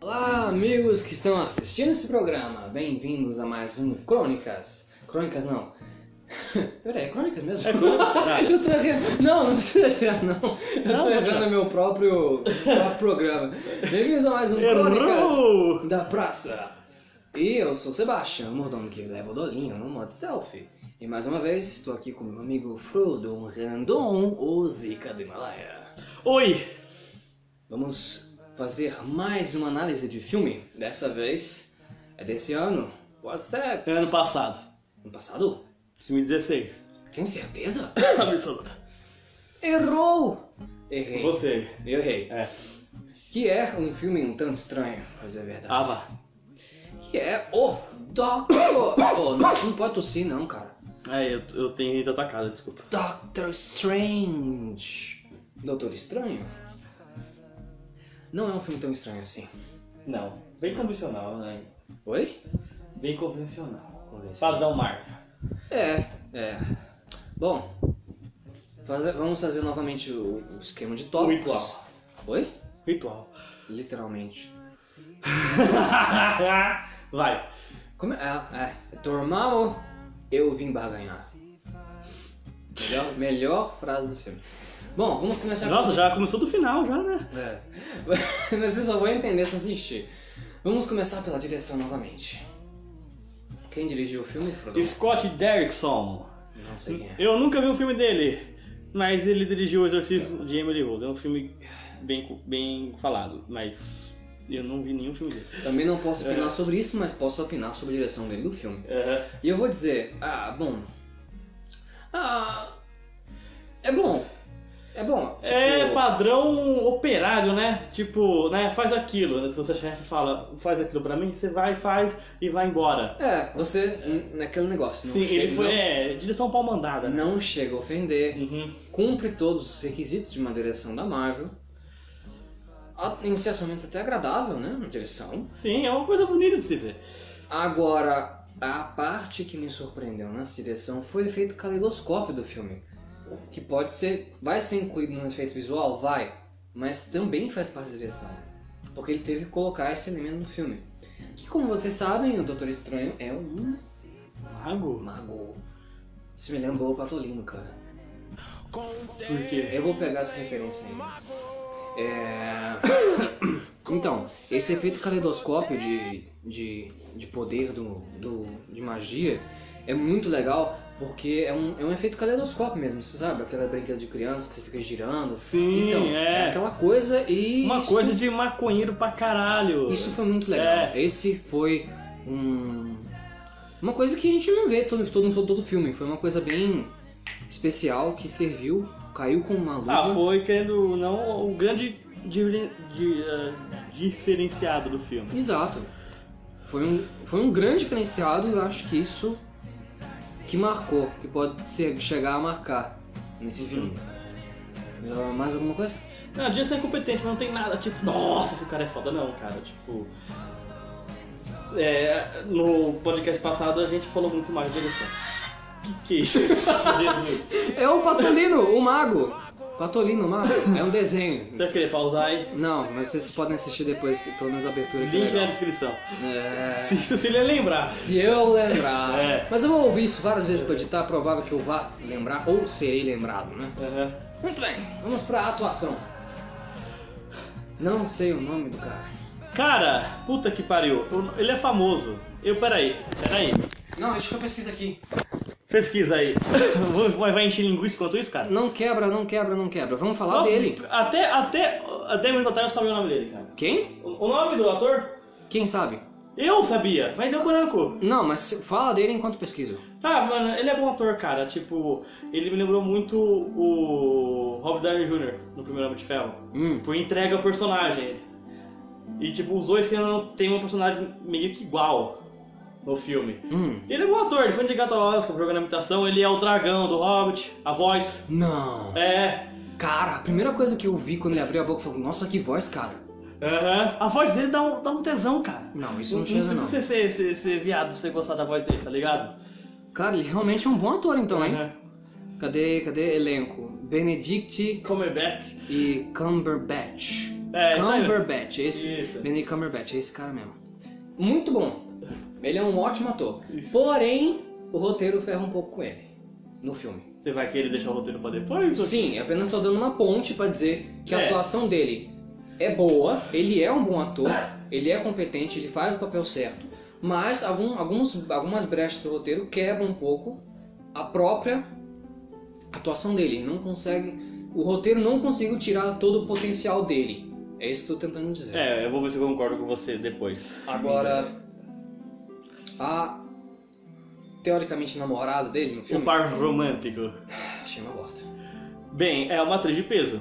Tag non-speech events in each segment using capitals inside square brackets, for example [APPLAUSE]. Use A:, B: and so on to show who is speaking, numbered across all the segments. A: Olá, amigos que estão assistindo esse programa. Bem-vindos a mais um Crônicas. Crônicas não. [LAUGHS] Peraí, é Crônicas mesmo?
B: É Crônicas,
A: [LAUGHS]
B: caralho.
A: Eu tô errando. Não, não precisa tirar, não. Eu
B: Não,
A: tô
B: não,
A: errando
B: cara.
A: meu próprio, próprio programa. Bem-vindos a mais um
B: Errou!
A: Crônicas da Praça. E eu sou o Sebastião, o mordomo que leva o dolinho no modo stealth. E mais uma vez estou aqui com meu amigo Frodo Randon, o Zika do Himalaia.
B: Oi!
A: Vamos fazer mais uma análise de filme. Dessa vez é desse ano. Pode ser.
B: É Ano passado,
A: Ano passado?
B: 2016.
A: Tem certeza?
B: [LAUGHS] Absoluta.
A: Errou! Errei.
B: Você.
A: Eu errei.
B: É.
A: Que é um filme um tanto estranho, pra dizer a verdade.
B: Ah, vá.
A: Que é o Doctor. [COUGHS] oh, não, não pode tossir, não, cara.
B: É, eu, eu tenho gente atacada, desculpa.
A: Doctor Strange. Doutor Estranho? Não é um filme tão estranho assim.
B: Não. Bem convencional, né?
A: Oi?
B: Bem convencional.
A: Convencional.
B: Padrão marca.
A: É, é. Bom, faze- vamos fazer novamente o, o esquema de
B: O
A: tópicos.
B: ritual.
A: Oi?
B: Ritual.
A: Literalmente.
B: [LAUGHS] Vai.
A: Como é? É, é. Dormammu, eu vim barganhar. Melhor, melhor frase do filme. Bom, vamos começar
B: Nossa, já começou do final, já, né?
A: com... [LAUGHS] É. Mas você só vai entender se assistir. Vamos começar pela direção novamente. Quem dirigiu o filme, Frodo?
B: Scott Derrickson.
A: Não sei quem é.
B: Eu nunca vi um filme dele, mas ele dirigiu O Exorcismo de Emily Rose. É um filme bem, co- bem falado, mas eu não vi nenhum filme dele.
A: Também não posso opinar
B: É.
A: sobre isso, mas posso opinar sobre a direção dele do filme.
B: É.
A: E eu vou dizer, ah, bom. Ah. É bom. É bom. Tipo,
B: É padrão operário, né? Tipo, né? Faz aquilo. né? Se você chefe fala, faz aquilo pra mim, você vai, faz e vai embora.
A: é, você. n- Naquele negócio. Não,
B: Sim,
A: chega,
B: ele foi. É, direção pau mandada. né?
A: não, não chega a ofender.
B: Uhum.
A: Cumpre todos os requisitos de uma direção da Marvel. A- Em certos momentos até agradável, né? Uma direção.
B: Sim, é uma coisa bonita de se ver.
A: Agora, a parte que me surpreendeu nessa direção foi o efeito caleidoscópio do filme. Que pode ser. Vai ser incluído no efeito visual? Vai. Mas também faz parte da direção. Porque ele teve que colocar esse elemento no filme. Que, como vocês sabem, o Doutor Estranho é um
B: Mago?
A: mago. Isso me lembrou o Patolino, cara.
B: Por quê?
A: Eu vou pegar essa referência ainda. É... [COUGHS] Então, esse efeito caleidoscópio de, de, de poder do, do, de magia é muito legal porque é um, é um efeito caleidoscópio mesmo, você sabe? Aquela brinquedo de criança que você fica girando.
B: Sim,
A: então,
B: é.
A: aquela coisa e.
B: Uma
A: isso-
B: coisa de maconheiro pra caralho.
A: Isso foi muito legal.
B: É.
A: Esse foi um. Uma coisa que a gente não vê todo, todo, todo, todo filme. Foi uma coisa bem especial que serviu, caiu com uma luva.
B: Ah, foi querendo ou não o grande di- di- eh, diferenciado do filme.
A: Exato. Foi um, foi um grande diferenciado e eu acho que isso que marcou, que pode ser, chegar a marcar nesse
B: Uhum.
A: filme. Ah, mais alguma coisa?
B: Não, adianta ser competente, mas não tem nada, tipo, nossa, esse cara é foda, não, cara, tipo. É, no podcast passado a gente falou muito mais de direção. Que que é
A: [LAUGHS]
B: isso? Jesus.
A: É o Patolino, o mago. Patolino, o mago. É um desenho.
B: Você vai querer pausar aí?
A: Não, mas vocês podem assistir depois, que pelo menos a abertura aqui.
B: Link na descrição.
A: É...
B: Se, se ele lembrar.
A: Se eu lembrar.
B: É.
A: Mas eu vou ouvir isso várias vezes pra editar, é provável que eu vá lembrar ou serei lembrado, né?
B: Aham.
A: Muito bem, vamos pra atuação. Não sei o nome do cara.
B: Cara, puta que pariu. eu- Ele é famoso. Eu, peraí, peraí.
A: Não, deixa que eu pesquiso aqui.
B: Pesquisa aí. [LAUGHS] Vai vai encher linguiça enquanto isso, cara?
A: Não quebra, não quebra, não quebra. Vamos falar
B: Nossa,
A: dele.
B: Até, até, até 10 minutos atrás eu sabia o nome dele, cara.
A: Quem?
B: O o nome do ator?
A: Quem sabe?
B: Eu sabia, mas deu branco.
A: Não, mas se- fala dele enquanto pesquiso.
B: Tá, mano, ele é bom ator, cara. Tipo, ele me lembrou muito o Robert Downey Jr. no primeiro Homem de Ferro.
A: Hum,
B: Por entrega ao personagem. E, tipo, os dois que não tem um personagem meio que igual no filme.
A: hum.
B: Ele é bom ator, ele foi indicado ao Oscar por jogando imitação. Ele é o dragão do Hobbit, a voz.
A: Não.
B: É,
A: Cara, a primeira coisa que eu vi quando ele abriu a boca, eu falei, nossa, que voz, cara.
B: aham. A voz dele dá um, dá um tesão, cara.
A: Não, isso não
B: precisa
A: chega, não.
B: ser, ser, ser, ser viado pra você gostar da voz dele, tá ligado?
A: Cara, ele realmente é um bom ator, então, hein?
B: Aham.
A: Cadê, cadê elenco? Benedict
B: Comeback.
A: e Cumberbatch.
B: É, isso aí.
A: Cumberbatch, esse.
B: Isso.
A: Benedict Cumberbatch, é esse cara mesmo. Muito bom. Ele é um ótimo ator.
B: Isso.
A: Porém, o roteiro ferra um pouco com ele no filme.
B: Você vai querer deixar o roteiro pra depois? ou-
A: Sim, eu apenas tô dando uma ponte pra dizer que a
B: É.
A: atuação dele é boa, ele é um bom ator, ele é competente, ele faz o papel certo, mas algum- alguns, algumas brechas do roteiro quebram um pouco a própria atuação dele. Não consegue, o roteiro não conseguiu tirar todo o potencial dele. É isso que eu tô tentando dizer.
B: É, eu vou ver se eu concordo com você depois.
A: Agora, a teoricamente namorada dele no
B: O
A: filme,
B: par romântico.
A: achei uma bosta.
B: Bem, é uma atriz de peso.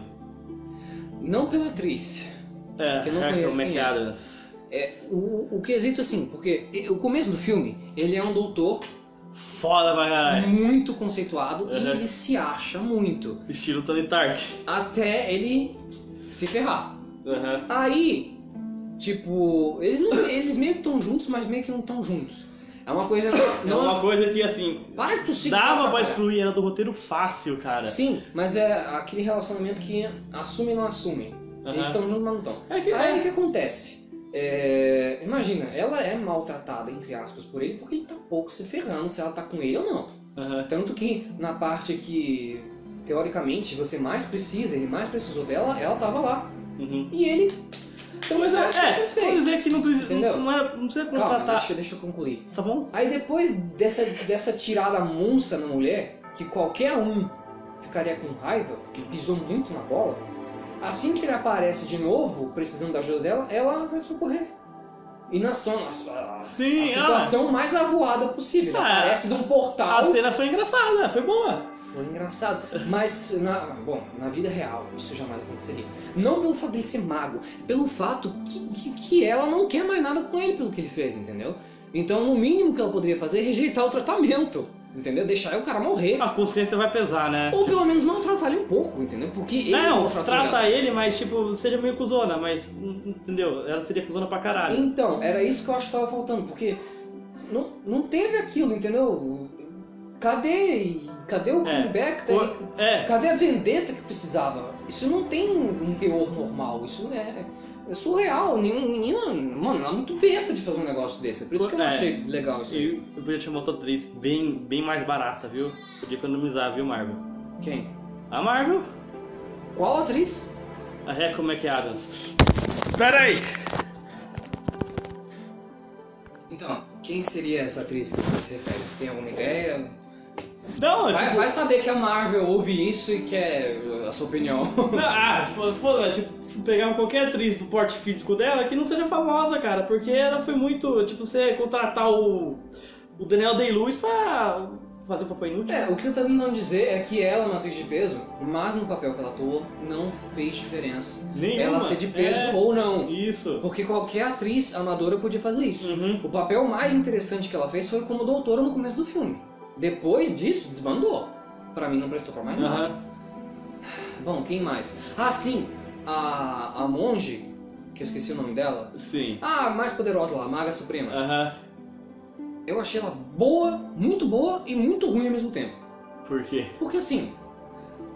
A: Não pela atriz.
B: É,
A: Que eu não
B: Rachel
A: conheço quem é.
B: McAdams.
A: É, o, o quesito assim, porque e- o começo do filme, ele é um doutor
B: Foda pra caralho.
A: muito conceituado e
B: Uhum.
A: ele se acha muito.
B: Estilo Tony Stark.
A: Até ele se ferrar.
B: Aham.
A: Aí, tipo, eles, não- eles meio que estão juntos, mas meio que não estão juntos. É uma
B: [COUGHS]
A: coisa.
B: É
A: Não,
B: uma coisa que, assim,
A: para de tossir,
B: dava
A: cara.
B: pra excluir, era do roteiro fácil, cara.
A: Sim, mas é aquele relacionamento que assume e não assume.
B: Aham.
A: Eles estão juntos, mas não estão.
B: É que
A: Aí o que acontece? É, Imagina, ela é maltratada, entre aspas, por ele, porque ele tá pouco se ferrando se ela tá com ele ou não.
B: Aham.
A: Tanto que na parte que, teoricamente, você mais precisa, ele mais precisou dela, ela tava lá.
B: Uhum.
A: E ele. Então,
B: Mas é,
A: faz o que
B: é
A: ele
B: vamos
A: fez.
B: dizer que não precisa,
A: Entendeu?
B: não, não era, não precisa
A: Calma,
B: contratar,
A: deixa, deixa eu concluir.
B: tá bom?
A: Aí depois dessa, dessa tirada monstra na mulher, que qualquer um ficaria com raiva, porque pisou muito na bola, assim que ele aparece de novo, precisando da ajuda dela, ela vai socorrer. E na ação, a, a-
B: Sim,
A: a
B: ah,
A: situação mais avoada possível. Ele
B: Ah,
A: aparece de um
B: a
A: portal.
B: cena foi engraçada, foi boa.
A: Foi engraçado. Mas, na, bom, na vida real, isso jamais aconteceria. Não pelo fato dele ser mago, pelo fato que, que, que ela não quer mais nada com ele pelo que ele fez, entendeu? Então, no mínimo que ela poderia fazer é rejeitar o tratamento, entendeu? Deixar o cara morrer.
B: A consciência vai pesar, né?
A: Ou pelo menos maltratar ele um pouco, entendeu? Porque ele
B: Não,
A: maltratou ela.
B: trata ele, mas tipo, seja meio cuzona, mas hum, entendeu? Ela seria cuzona pra caralho.
A: Então, era isso que eu acho que tava faltando, porque não, não teve aquilo, entendeu? Cadê? Cadê o
B: É.
A: comeback?
B: O-
A: Daí?
B: É,
A: Cadê a vendetta que precisava? Isso não tem um um teor normal, isso é, é surreal. Nenhum, menina, mano, ela é muito besta de fazer um negócio desse. Por isso que eu não
B: É.
A: achei legal isso. aí.
B: eu, eu podia chamar outra atriz bem, bem mais barata, viu? Podia economizar, viu, Marvel?
A: Quem?
B: A Marvel?
A: Qual atriz?
B: A é Rachel McAdams. Pera aí!
A: Então, quem seria essa atriz que você se refere? Você tem alguma ideia?
B: Não,
A: Vai,
B: tipo...
A: vai saber que a Marvel ouve isso e quer uh, a sua
B: [LAUGHS]
A: opinião.
B: Não, ah, foda- foda-se, tipo, pegar qualquer atriz do porte físico dela que não seja famosa, cara, porque ela foi muito, tipo, você contratar o, o Daniel Day-Lewis pra fazer o papel inútil.
A: É, o que você tá tentando dizer é que ela é uma atriz de peso, mas no papel que ela atua não fez diferença.
B: Nenhuma.
A: Ela ser de peso
B: É,
A: ou não.
B: Isso.
A: Porque qualquer atriz amadora podia fazer isso.
B: Uhum.
A: O papel mais interessante que ela fez foi como doutora no começo do filme. Depois disso, desbandou. Pra mim não prestou pra mais nada.
B: Aham.
A: Bom, quem mais? Ah, sim, a, a monge, que eu esqueci o nome dela.
B: Sim.
A: Ah, a mais poderosa lá, a Maga Suprema.
B: Aham.
A: Eu achei ela boa, muito boa e muito ruim ao mesmo tempo.
B: Por quê?
A: Porque assim,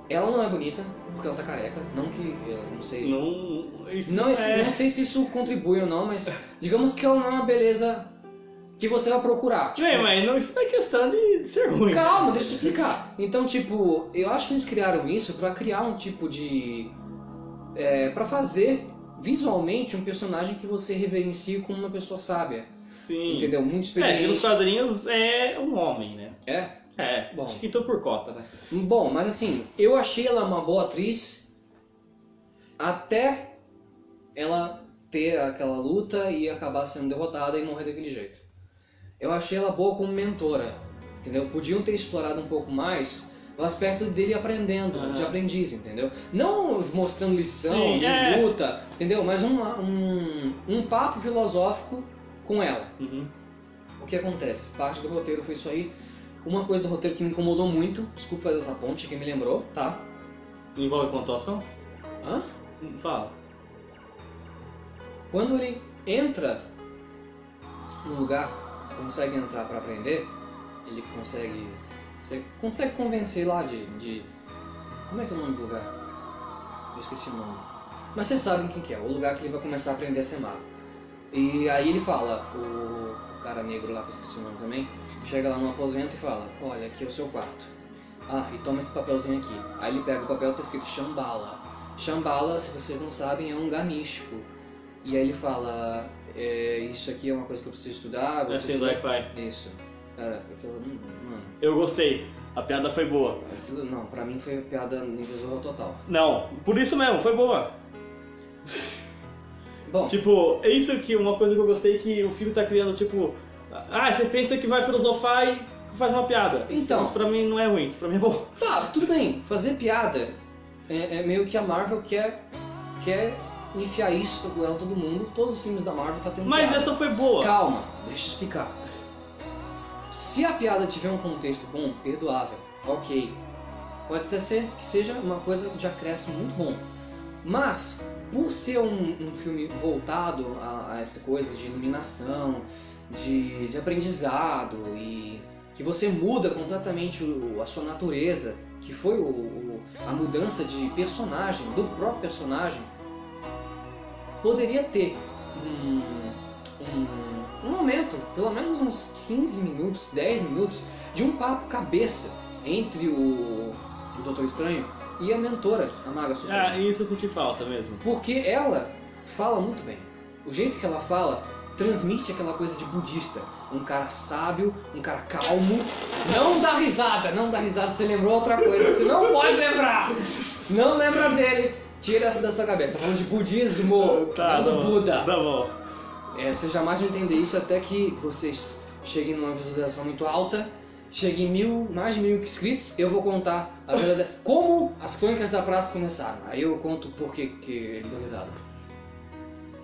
A: ela não é bonita, porque ela tá careca. Não que, eu não sei...
B: Não. Isso
A: Não, esse-
B: é.
A: não sei se isso contribui ou não, mas digamos que ela não é uma beleza que você vai procurar. Tipo,
B: Bem, mas não, isso não é questão de ser ruim.
A: Calma, deixa eu explicar. Então, tipo, eu acho que eles criaram isso pra criar um tipo de. É, para fazer visualmente um personagem que você reverencie como uma pessoa sábia.
B: Sim.
A: Entendeu? Muito
B: É, que nos
A: experiente.
B: quadrinhos é um homem, né?
A: É.
B: É.
A: Bom.
B: Acho que então por cota, né?
A: Bom, mas assim, eu achei ela uma boa atriz até ela ter aquela luta e acabar sendo derrotada e morrer daquele jeito. Eu achei ela boa como mentora, entendeu? Podiam ter explorado um pouco mais o aspecto dele aprendendo,
B: Aham.
A: de aprendiz, entendeu? Não mostrando lição,
B: Sim,
A: nem
B: é.
A: luta, entendeu? Mas um, um, um papo filosófico com ela.
B: Uhum.
A: O que acontece? Parte do roteiro foi isso aí. Uma coisa do roteiro que me incomodou muito, desculpa fazer essa ponte, quem me lembrou, tá?
B: Envolve pontuação?
A: Hã?
B: Fala.
A: Quando ele entra num lugar, consegue entrar pra aprender, ele consegue. Você consegue convencer lá de, de. Como é que é o nome do lugar? Eu esqueci o nome. Mas vocês sabem quem que é, o lugar que ele vai começar a aprender a ser mago. E aí ele fala, o, o cara negro lá, que eu esqueci o nome também, chega lá no aposento e fala, olha, aqui é o seu quarto. Ah, e toma esse papelzinho aqui. Aí ele pega o papel, tá escrito Shambhala. Shambhala, se vocês não sabem, é um lugar místico. E aí ele fala, é, isso aqui é uma coisa que Ah, eu preciso estudar... vou
B: É sem
A: estudar-
B: Wi-Fi.
A: Isso. Cara, aquilo... Mano...
B: Eu gostei. A piada foi boa.
A: Aquilo, não, pra mim foi piada nível zorro total.
B: Não, por isso mesmo, foi boa.
A: Bom,
B: Tipo, é isso que uma coisa que eu gostei que o filme tá criando, tipo, ah, você pensa que vai filosofar e faz uma piada.
A: Então.
B: isso pra mim não é ruim, isso pra mim é bom.
A: tá, tudo bem. Fazer piada é, é meio que a Marvel quer, quer enfiar isso no goela todo mundo. Todos os filmes da Marvel tá tendo
B: Mas é
A: piada.
B: essa foi boa.
A: Calma, deixa eu explicar. Se a piada tiver um contexto bom, perdoável, ok. Pode até ser que seja uma coisa de acréscimo muito bom. Mas, por ser um, um filme voltado a, a essa coisa de iluminação, de, de aprendizado e que você muda completamente o- a sua natureza, que foi o- o- a mudança de personagem, do próprio personagem, poderia ter um, um, um momento, pelo menos uns 15 minutos, 10 minutos, de um papo cabeça entre o, o Doutor Estranho e a mentora, a Maga Suprema.
B: Ah, isso eu senti falta mesmo.
A: Porque ela fala muito bem. O jeito que ela fala transmite aquela coisa de budista. Um cara sábio, um cara calmo. Não dá risada, não dá risada. Você lembrou outra coisa que você não pode lembrar. Não lembra dele. Tira essa da sua cabeça. Tá falando de budismo,
B: tá,
A: não do
B: bom,
A: Buda.
B: Tá bom.
A: É, vocês jamais vão entender isso até que vocês cheguem numa visualização muito alta, cheguem em mil, mais de mil inscritos, eu vou contar a verdade- como as crônicas da praça começaram. Aí eu conto por que que ele deu risada.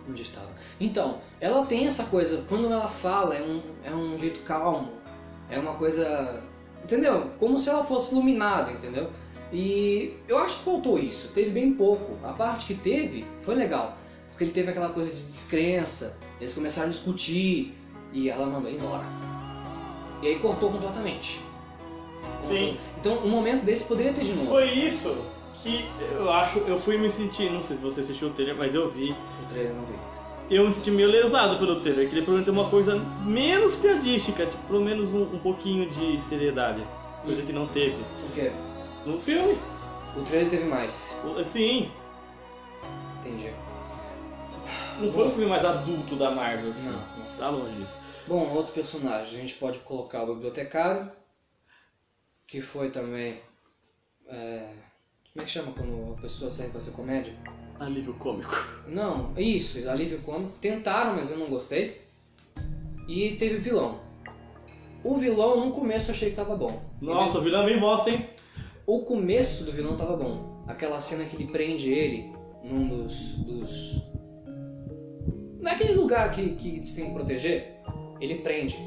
A: Onde estava? Então, ela tem essa coisa, quando ela fala, é um, é um jeito calmo, é uma coisa. Entendeu? Como se ela fosse iluminada, entendeu? E eu acho que faltou isso, teve bem pouco. A parte que teve foi legal, porque ele teve aquela coisa de descrença, eles começaram a discutir e ela mandou ele embora. E aí cortou completamente.
B: Sim.
A: Então, um momento desse poderia ter de novo.
B: Foi isso que eu acho, eu fui me sentir, não sei se você assistiu o trailer, mas eu vi.
A: O trailer não veio.
B: Eu me senti meio lesado pelo trailer, que ele prometeu uma coisa menos piadística, tipo, pelo menos um, um pouquinho de seriedade. Coisa que não teve.
A: O quê?
B: No filme,
A: O trailer teve mais.
B: assim,
A: Entendi.
B: não foi o filme mais adulto da Marvel, assim.
A: Não, não.
B: Tá longe disso.
A: Bom, outros personagens. A gente pode colocar o bibliotecário, que foi também. é, Como é que chama quando a pessoa serve pra ser comédia?
B: Alívio cômico.
A: Não, isso, alívio cômico. Tentaram, mas eu não gostei. E teve vilão. O vilão no começo eu achei que tava bom.
B: Nossa, o vilão é meio bosta, hein?
A: O começo do vilão tava bom. Aquela cena que ele prende ele num dos. dos... Naquele lugar que, que eles têm que proteger, ele prende.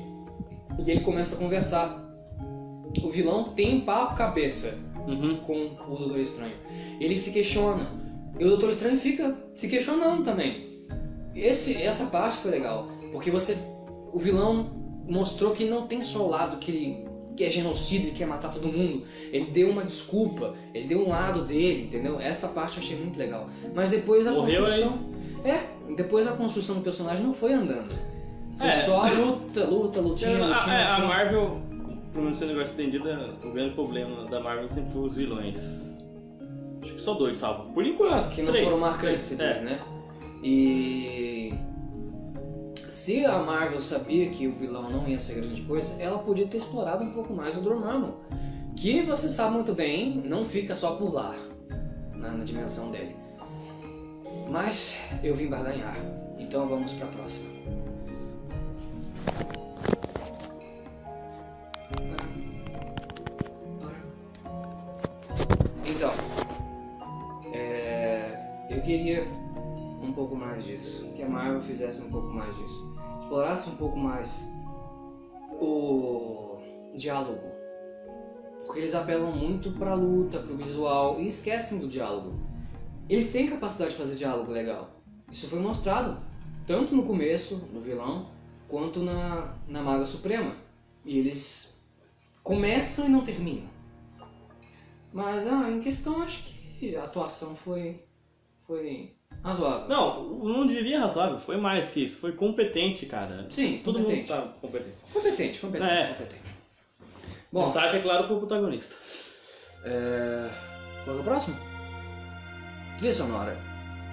A: E ele começa a conversar. O vilão tem um papo cabeça
B: Uhum.
A: um com o Doutor Estranho. Ele se questiona. E o Doutor Estranho fica se questionando também. Esse, essa parte foi legal. Porque você. O vilão mostrou que não tem só o lado que ele que é genocida e quer matar todo mundo. Ele deu uma desculpa, ele deu um lado dele, entendeu? Essa parte eu achei muito legal. Mas depois a
B: Morreu,
A: construção. É, depois a construção do personagem não foi andando. Foi
B: É.
A: só luta, luta, lutinha,
B: a,
A: lutinha,
B: é, a
A: lutinha.
B: Marvel, pelo menos esse negócio estendido, o grande problema da Marvel sempre foi os vilões. Acho que só dois salvam. Por enquanto.
A: que não
B: três,
A: foram marcantes, se diz,
B: três. É.
A: né? E se a Marvel sabia que o vilão não ia ser grande coisa, ela podia ter explorado um pouco mais o Dormammu, que você sabe muito bem, não fica só por lá, na, na dimensão dele. Mas eu vim barganhar, então vamos pra próxima. Então, é, eu queria um pouco mais disso, que a Marvel fizesse um pouco mais disso, explorasse um pouco mais o diálogo, porque eles apelam muito pra luta, pro visual e esquecem do diálogo. Eles têm capacidade de fazer diálogo legal. Isso foi mostrado tanto no começo, no vilão, quanto na, na Maga Suprema. E eles começam e não terminam. Mas ah, em questão acho que a atuação foi foi Razoável.
B: Não, eu não diria razoável, foi mais que isso, foi competente, cara.
A: Sim,
B: Todo
A: competente.
B: mundo tá competente.
A: Competente, competente,
B: É.
A: competente.
B: Bom.
A: Bom,
B: Destaque, é claro, pro protagonista.
A: é... qual é o próximo? Trilha sonora.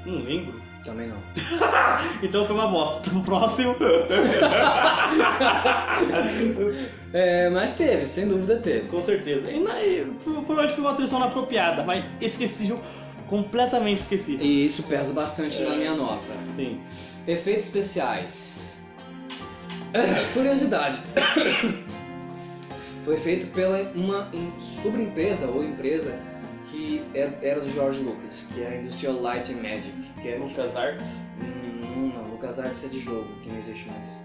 B: Não lembro.
A: Também não.
B: Então foi uma bosta. [LAUGHS] O próximo.
A: É, mas teve, sem dúvida teve.
B: Com certeza. E, na, e pro- provavelmente foi uma trilha sonora apropriada, mas esquecível, completamente esquecível.
A: E isso pesa bastante na minha nota.
B: Sim.
A: Efeitos especiais. É, Curiosidade. [COUGHS] Foi feito pela uma em- subempresa ou empresa que é- era do George Lucas, que é a Industrial Light and Magic, que é que,
B: Lucas Arts.
A: Hum, não, LucasArts é de jogo, que não existe mais.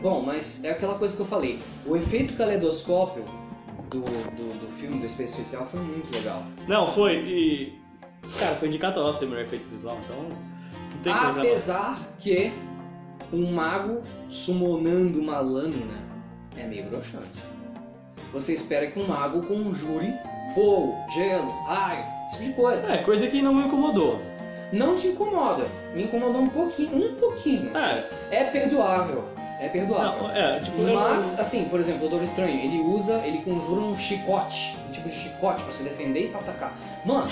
A: Bom, mas é aquela coisa que eu falei. O efeito caleidoscópio do, do, do filme do Space Especial foi muito legal.
B: Não, foi. E. Cara, foi indicado ao Oscar melhor efeito visual, então. Não tem como reclamar.
A: Apesar que um mago summonando uma lâmina é meio broxante. Você espera que um mago conjure fogo, gelo, raio, esse tipo de coisa.
B: É, coisa que não me incomodou.
A: Não te incomoda. Me incomodou um pouquinho, um pouquinho. assim.
B: É,
A: É perdoável. É
B: não,
A: perdoável.
B: é tipo. eu não-
A: Mas, assim, por exemplo, o Doutor Estranho, ele usa, ele conjura um chicote, um tipo de chicote pra se defender e pra atacar. Mano,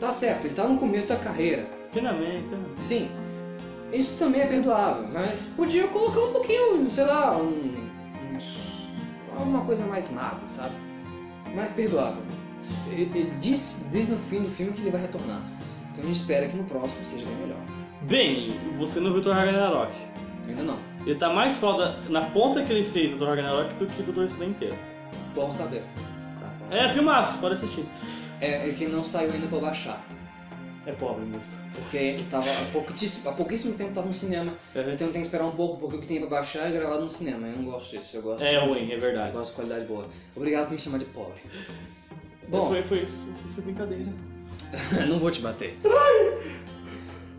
A: tá certo, ele tá no começo da carreira.
B: Treinamento, treinamento.
A: Sim, isso também é perdoável, mas podia colocar um pouquinho, sei lá, um. uns- alguma coisa mais magra, sabe? Mais perdoável. Se- Ele diz, diz no fim do filme que ele vai retornar. Então a gente espera que no próximo seja bem melhor.
B: Bem, você não viu Thor Ragnarok.
A: Ainda não.
B: Ele tá mais foda na ponta que ele fez do Thor Ragnarok do que do Doutor Estranho inteiro.
A: Bom saber.
B: É, filmaço, pode assistir.
A: É, é que não saiu ainda pra eu baixar.
B: É pobre mesmo.
A: Porque tava há, pouquíssimo, há pouquíssimo tempo tava no cinema.
B: É,
A: Então eu tenho que esperar um pouco, porque o que tem pra baixar é gravado no cinema. Eu não gosto disso, eu gosto,
B: é ruim, é
A: eu
B: verdade.
A: gosto de qualidade boa. Obrigado por me chamar de pobre. Bom,
B: foi, foi, foi, foi brincadeira.
A: Não vou te bater.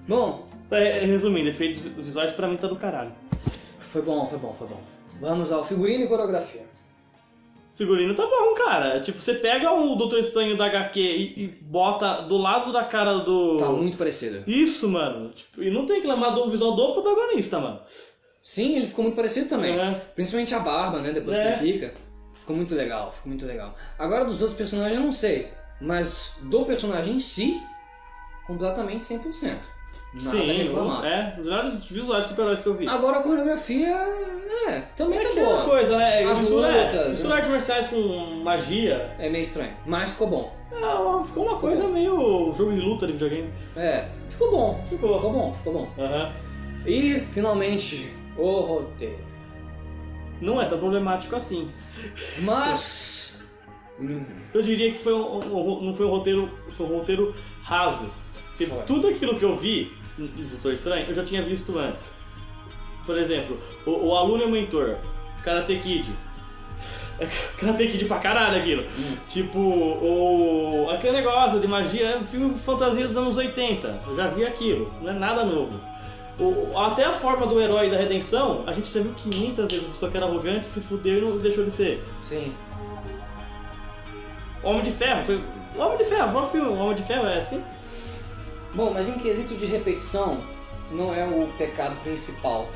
A: bom,
B: Tá, é, resumindo, efeitos visuais pra mim tá do caralho.
A: foi bom, foi bom, foi bom. Vamos ao figurino e coreografia.
B: Figurino tá bom, cara. Tipo, você pega o Doutor Estranho da HQ e, e bota do lado da cara do.
A: Tá muito parecido.
B: Isso, mano. Tipo, e não tem que reclamar do visual do protagonista, mano.
A: Sim, ele ficou muito parecido também.
B: É.
A: Principalmente a barba, né? Depois
B: É.
A: que ele fica. Ficou muito legal, ficou muito legal. Agora dos outros personagens eu não sei. Mas do personagem em si, completamente 100%. Nada a
B: Sim,
A: reclamar.
B: é. Os melhores visuais de super-heróis que eu vi.
A: Agora a coreografia, né? Também
B: é
A: tá
B: aquela
A: boa.
B: coisa, né?
A: As
B: mistura,
A: lutas, né?
B: mistura artes marciais com magia.
A: É meio estranho, mas ficou bom.
B: É, ficou uma coisa meio jogo de luta de videogame.
A: É, ficou bom.
B: Ficou.
A: Ficou bom, ficou bom.
B: Aham.
A: E finalmente, o roteiro.
B: Não é tão problemático assim.
A: Mas. hum,
B: Eu diria que foi um, um- não foi um roteiro, foi um roteiro raso. Porque
A: Foi.
B: tudo aquilo que eu vi no no Doutor Estranho, eu já tinha visto antes. Por exemplo, o, o aluno é o mentor, Karate Kid. [LAUGHS] Karate Kid pra caralho aquilo.
A: Hum.
B: Tipo, o, aquele negócio de magia, é um filme fantasia dos anos 80. Eu já vi aquilo, não é nada novo. O- até a forma do herói da redenção, a gente já viu 500 vezes. Uma pessoa que era arrogante se fudeu e não deixou de ser.
A: Sim.
B: Homem de Ferro, foi. Homem de Ferro, bom filme, Homem de Ferro é assim?
A: Bom, mas em quesito de repetição, não é o pecado principal.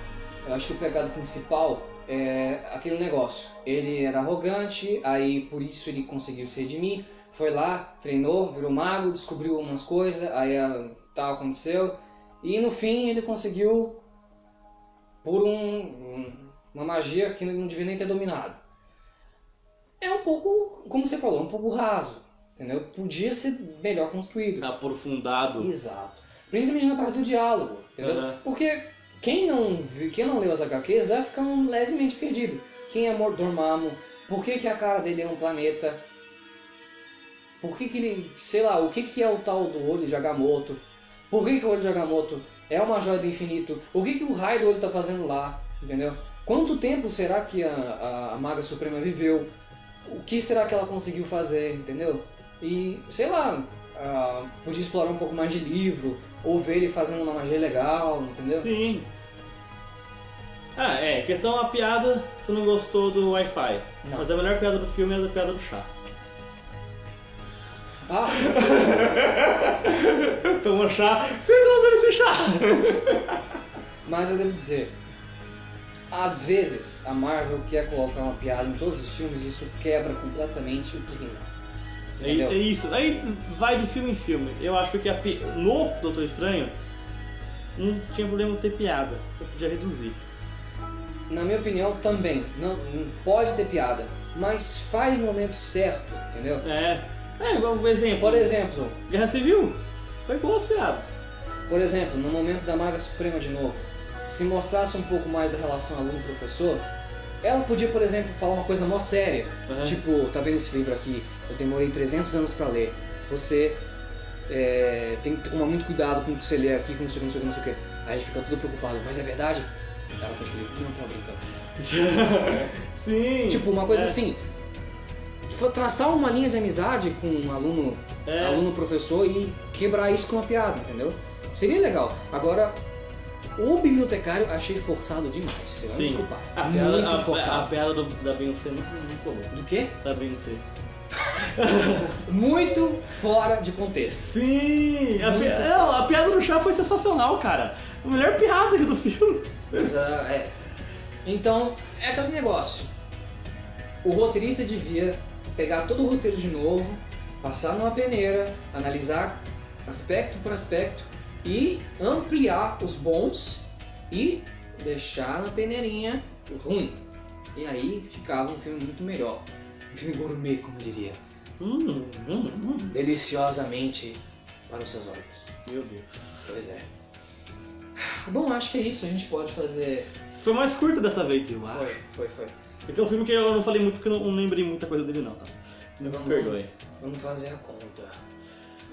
A: Eu acho que o pecado principal é aquele negócio. Ele era arrogante, aí por isso ele conseguiu se redimir. Foi lá, treinou, virou mago, descobriu algumas coisas, aí ah, tal aconteceu. E no fim ele conseguiu por um- um- uma magia que não devia nem ter dominado. É um pouco, como você falou, um pouco raso, entendeu? Podia ser melhor construído.
B: Tá Aprofundado.
A: Exato. Principalmente na parte do diálogo, entendeu?
B: Aham.
A: Porque quem não, vi- quem não leu as HQs vai ficar um- levemente perdido. Quem é Mordormamo? Por que, que a cara dele é um planeta? Por que, que ele. sei lá, o que, que é o tal do olho de Agamotto? Por que, que o olho de Agamotto é uma joia do infinito? O que, que o raio do olho tá fazendo lá? Entendeu? Quanto tempo será que a, a- a Maga Suprema viveu? O que será que ela conseguiu fazer? Entendeu? E, sei lá, ah, podia explorar um pouco mais de livro, ou ver ele fazendo uma magia legal, entendeu?
B: Sim. Ah, é, questão a piada, você não gostou do Wi-Fi.
A: Não.
B: Mas a melhor piada do filme é a da piada do chá.
A: Ah,
B: [LAUGHS] Toma chá. Você colocou nesse chá?
A: mas eu devo dizer, às vezes a Marvel quer colocar uma piada em todos os filmes e isso quebra completamente o clima.
B: É,
A: Entendeu?
B: é isso. Aí vai de filme em filme. Eu acho que a pi- no Doutor Estranho não tinha problema ter piada. Você podia reduzir.
A: Na minha opinião, também. Não, não pode ter piada, mas faz no momento certo, entendeu?
B: É. É, igual um exemplo.
A: Por exemplo,
B: Guerra Civil. Foi boas piadas.
A: por exemplo, no momento da Maga Suprema de novo, se mostrasse um pouco mais da relação aluno-professor, ela podia, por exemplo, falar uma coisa mó séria.
B: Aham.
A: Tipo, tá vendo esse livro aqui? Eu demorei 300 anos pra ler. Você é, tem que tomar muito cuidado com o que você lê aqui, com não sei o que, não sei o que, não sei o que. Aí ele fica todo preocupado, mas é verdade? Ela fecha o livro, não tá brincando.
B: [LAUGHS] Sim.
A: Tipo, uma coisa
B: É.
A: assim. fa- Traçar uma linha de amizade com um aluno,
B: É.
A: aluno-professor e quebrar isso com uma piada, entendeu? Seria legal. Agora, o bibliotecário achei forçado demais, você vai me
B: Sim.
A: desculpar.
B: A
A: muito
B: piada, a- a,
A: forçado.
B: piada do, da Beyoncé não, não colou.
A: Do quê?
B: Da Beyoncé.
A: Muito fora de contexto.
B: Sim! É, A,
A: Muito
B: pi-
A: bom.
B: não, a piada do chá foi sensacional, cara. A melhor piada do filme.
A: Mas, ah, é. Então, é aquele negócio. O roteirista devia pegar todo o roteiro de novo, passar numa peneira, analisar aspecto por aspecto e ampliar os bons e deixar na peneirinha o ruim. E aí ficava um filme muito melhor. Um filme gourmet, como eu diria.
B: [LAUGHS] Hum, hum, hum.
A: Deliciosamente para os seus olhos.
B: Meu Deus.
A: Pois é. Bom, acho que é isso. A gente pode fazer.
B: Foi mais curto dessa vez, eu acho.
A: Foi, foi, foi.
B: Porque é um filme que eu não falei muito porque eu não lembrei muita coisa dele, não, tá? Me
A: Vamos.
B: perdoe.
A: Vamos fazer a conta.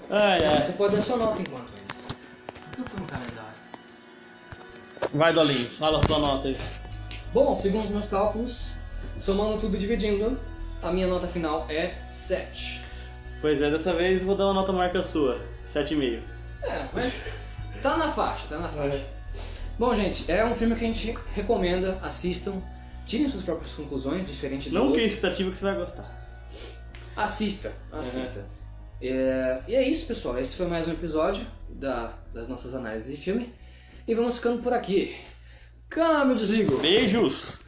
B: Ai, ai.
A: Você pode dar sua nota enquanto isso. Não foi no calendário.
B: Vai, Dolinho, fala a sua nota aí.
A: Bom, segundo os meus cálculos, somando tudo e dividindo, a minha nota final é 7.
B: Pois é, dessa vez eu vou dar uma nota marca sua: 7,5.
A: É, [LAUGHS] mas tá na faixa, tá na faixa. Bom, gente, é um filme que a gente recomenda, assistam, tirem suas próprias conclusões, diferente do
B: Não
A: outro.
B: crie expectativa que você vai gostar.
A: Assista, assista. É, e é isso, pessoal. Esse foi mais um episódio da- das nossas análises de filme. E vamos ficando por aqui. Câmbio, desligo.
B: Beijos!